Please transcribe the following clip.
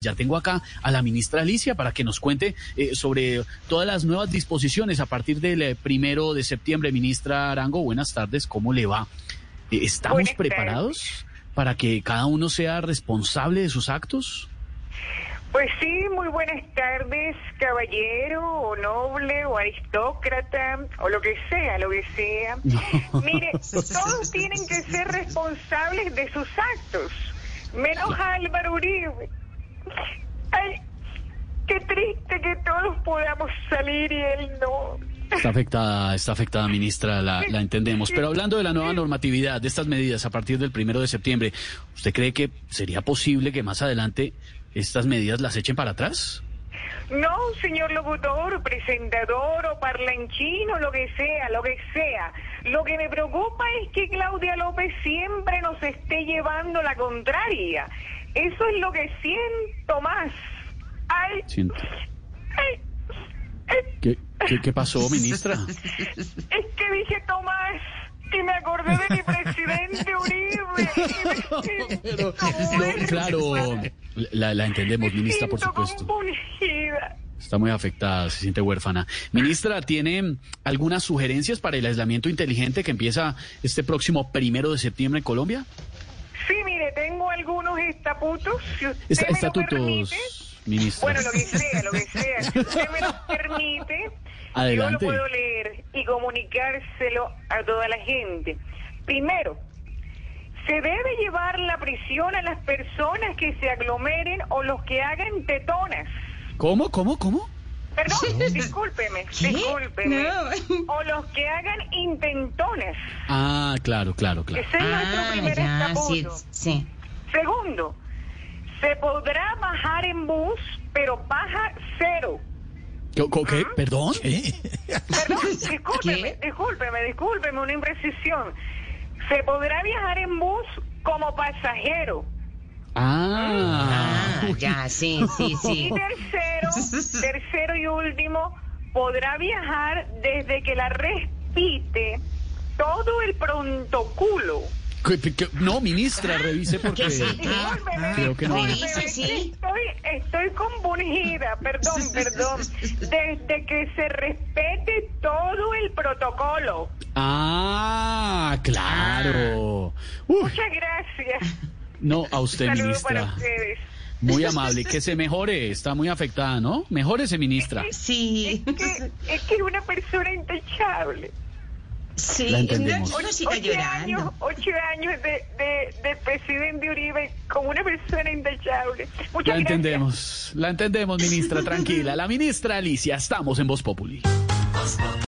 Ya tengo acá a la ministra Alicia para que nos cuente eh, sobre todas las nuevas disposiciones a partir del eh, primero de septiembre. Ministra Arango, buenas tardes, ¿cómo le va? Eh, ¿Estamos Buenas tardes. preparados para que cada uno sea responsable de sus actos? Pues sí, muy buenas tardes, caballero o noble o aristócrata o lo que sea, lo que sea. Mire, todos tienen que ser responsables de sus actos, menos Álvaro Uribe. Ay, qué triste que todos podamos salir y él no. Está afectada, está afectada, ministra, la, la entendemos. Pero hablando de la nueva normatividad, de estas medidas a partir del primero de septiembre, ¿usted cree que sería posible que más adelante estas medidas las echen para atrás? No, señor locutor, presentador o parlanchino, lo que sea, lo que sea. Lo que me preocupa es que Claudia López siempre nos esté llevando la contraria. Eso es lo que siento más. Ay, Siento- ay, ay, ¿Qué, qué, qué pasó, ministra? es que dije Tomás y me acordé de mi presidente Uribe. Y me- Pero, ¿Cómo no, es? claro, la, la entendemos, Me ministra, por siento supuesto. compungida. Está muy afectada, se siente huérfana. Ministra, ¿tiene algunas sugerencias para el aislamiento inteligente que empieza este próximo primero de septiembre en Colombia? Sí, mire, tengo algunos estatutos. Si usted Est- me lo permite. estatutos, ministra. Bueno, lo que sea, lo que sea. Si usted me lo permite, yo lo Adelante. puedo leer y comunicárselo a toda la gente. Primero, se debe llevar la prisión a las personas que se aglomeren o los que hagan tetonas. ¿Cómo, cómo, cómo? Perdón, discúlpeme, discúlpeme. No. O los que hagan intentones. Ah, claro, claro, claro. Ese es nuestro primer Ah, ya, estatuto. sí, sí. Segundo, se podrá bajar en bus, pero baja cero. ¿Qué? co- qué? ¿Ah? ¿Perdón? ¿Eh? Perdón, discúlpeme, ¿Qué? discúlpeme, discúlpeme, una imprecisión. Se podrá viajar en bus como pasajero. Ah, Ah, ya, sí, sí, sí. Y tercero, tercero y último, podrá viajar desde que la respite todo el prontoculo. ¿Qué- qué- qué? no, ministra, revise porque... ¿Qué sí? Ah, Discúlpeme, ah, creo que no. discúlpeme, Sí, sí, sí. Estoy, estoy compungida, perdón, perdón. Desde que se respete todo el protocolo. Ah, claro. Uy, Muchas gracias. no, a usted, Saludos para ministra. ustedes. Muy amable, que se mejore, está muy afectada, ¿no? Mejórese, ministra. Sí, Es que, es que es una persona intachable. sí, La entendemos. uno siga Ocho años, llorando. ocho años de, de, de presidente Uribe como una persona intachable. Muchas La gracias. entendemos, la entendemos, ministra, tranquila. La ministra Alicia, estamos en Voz Populi.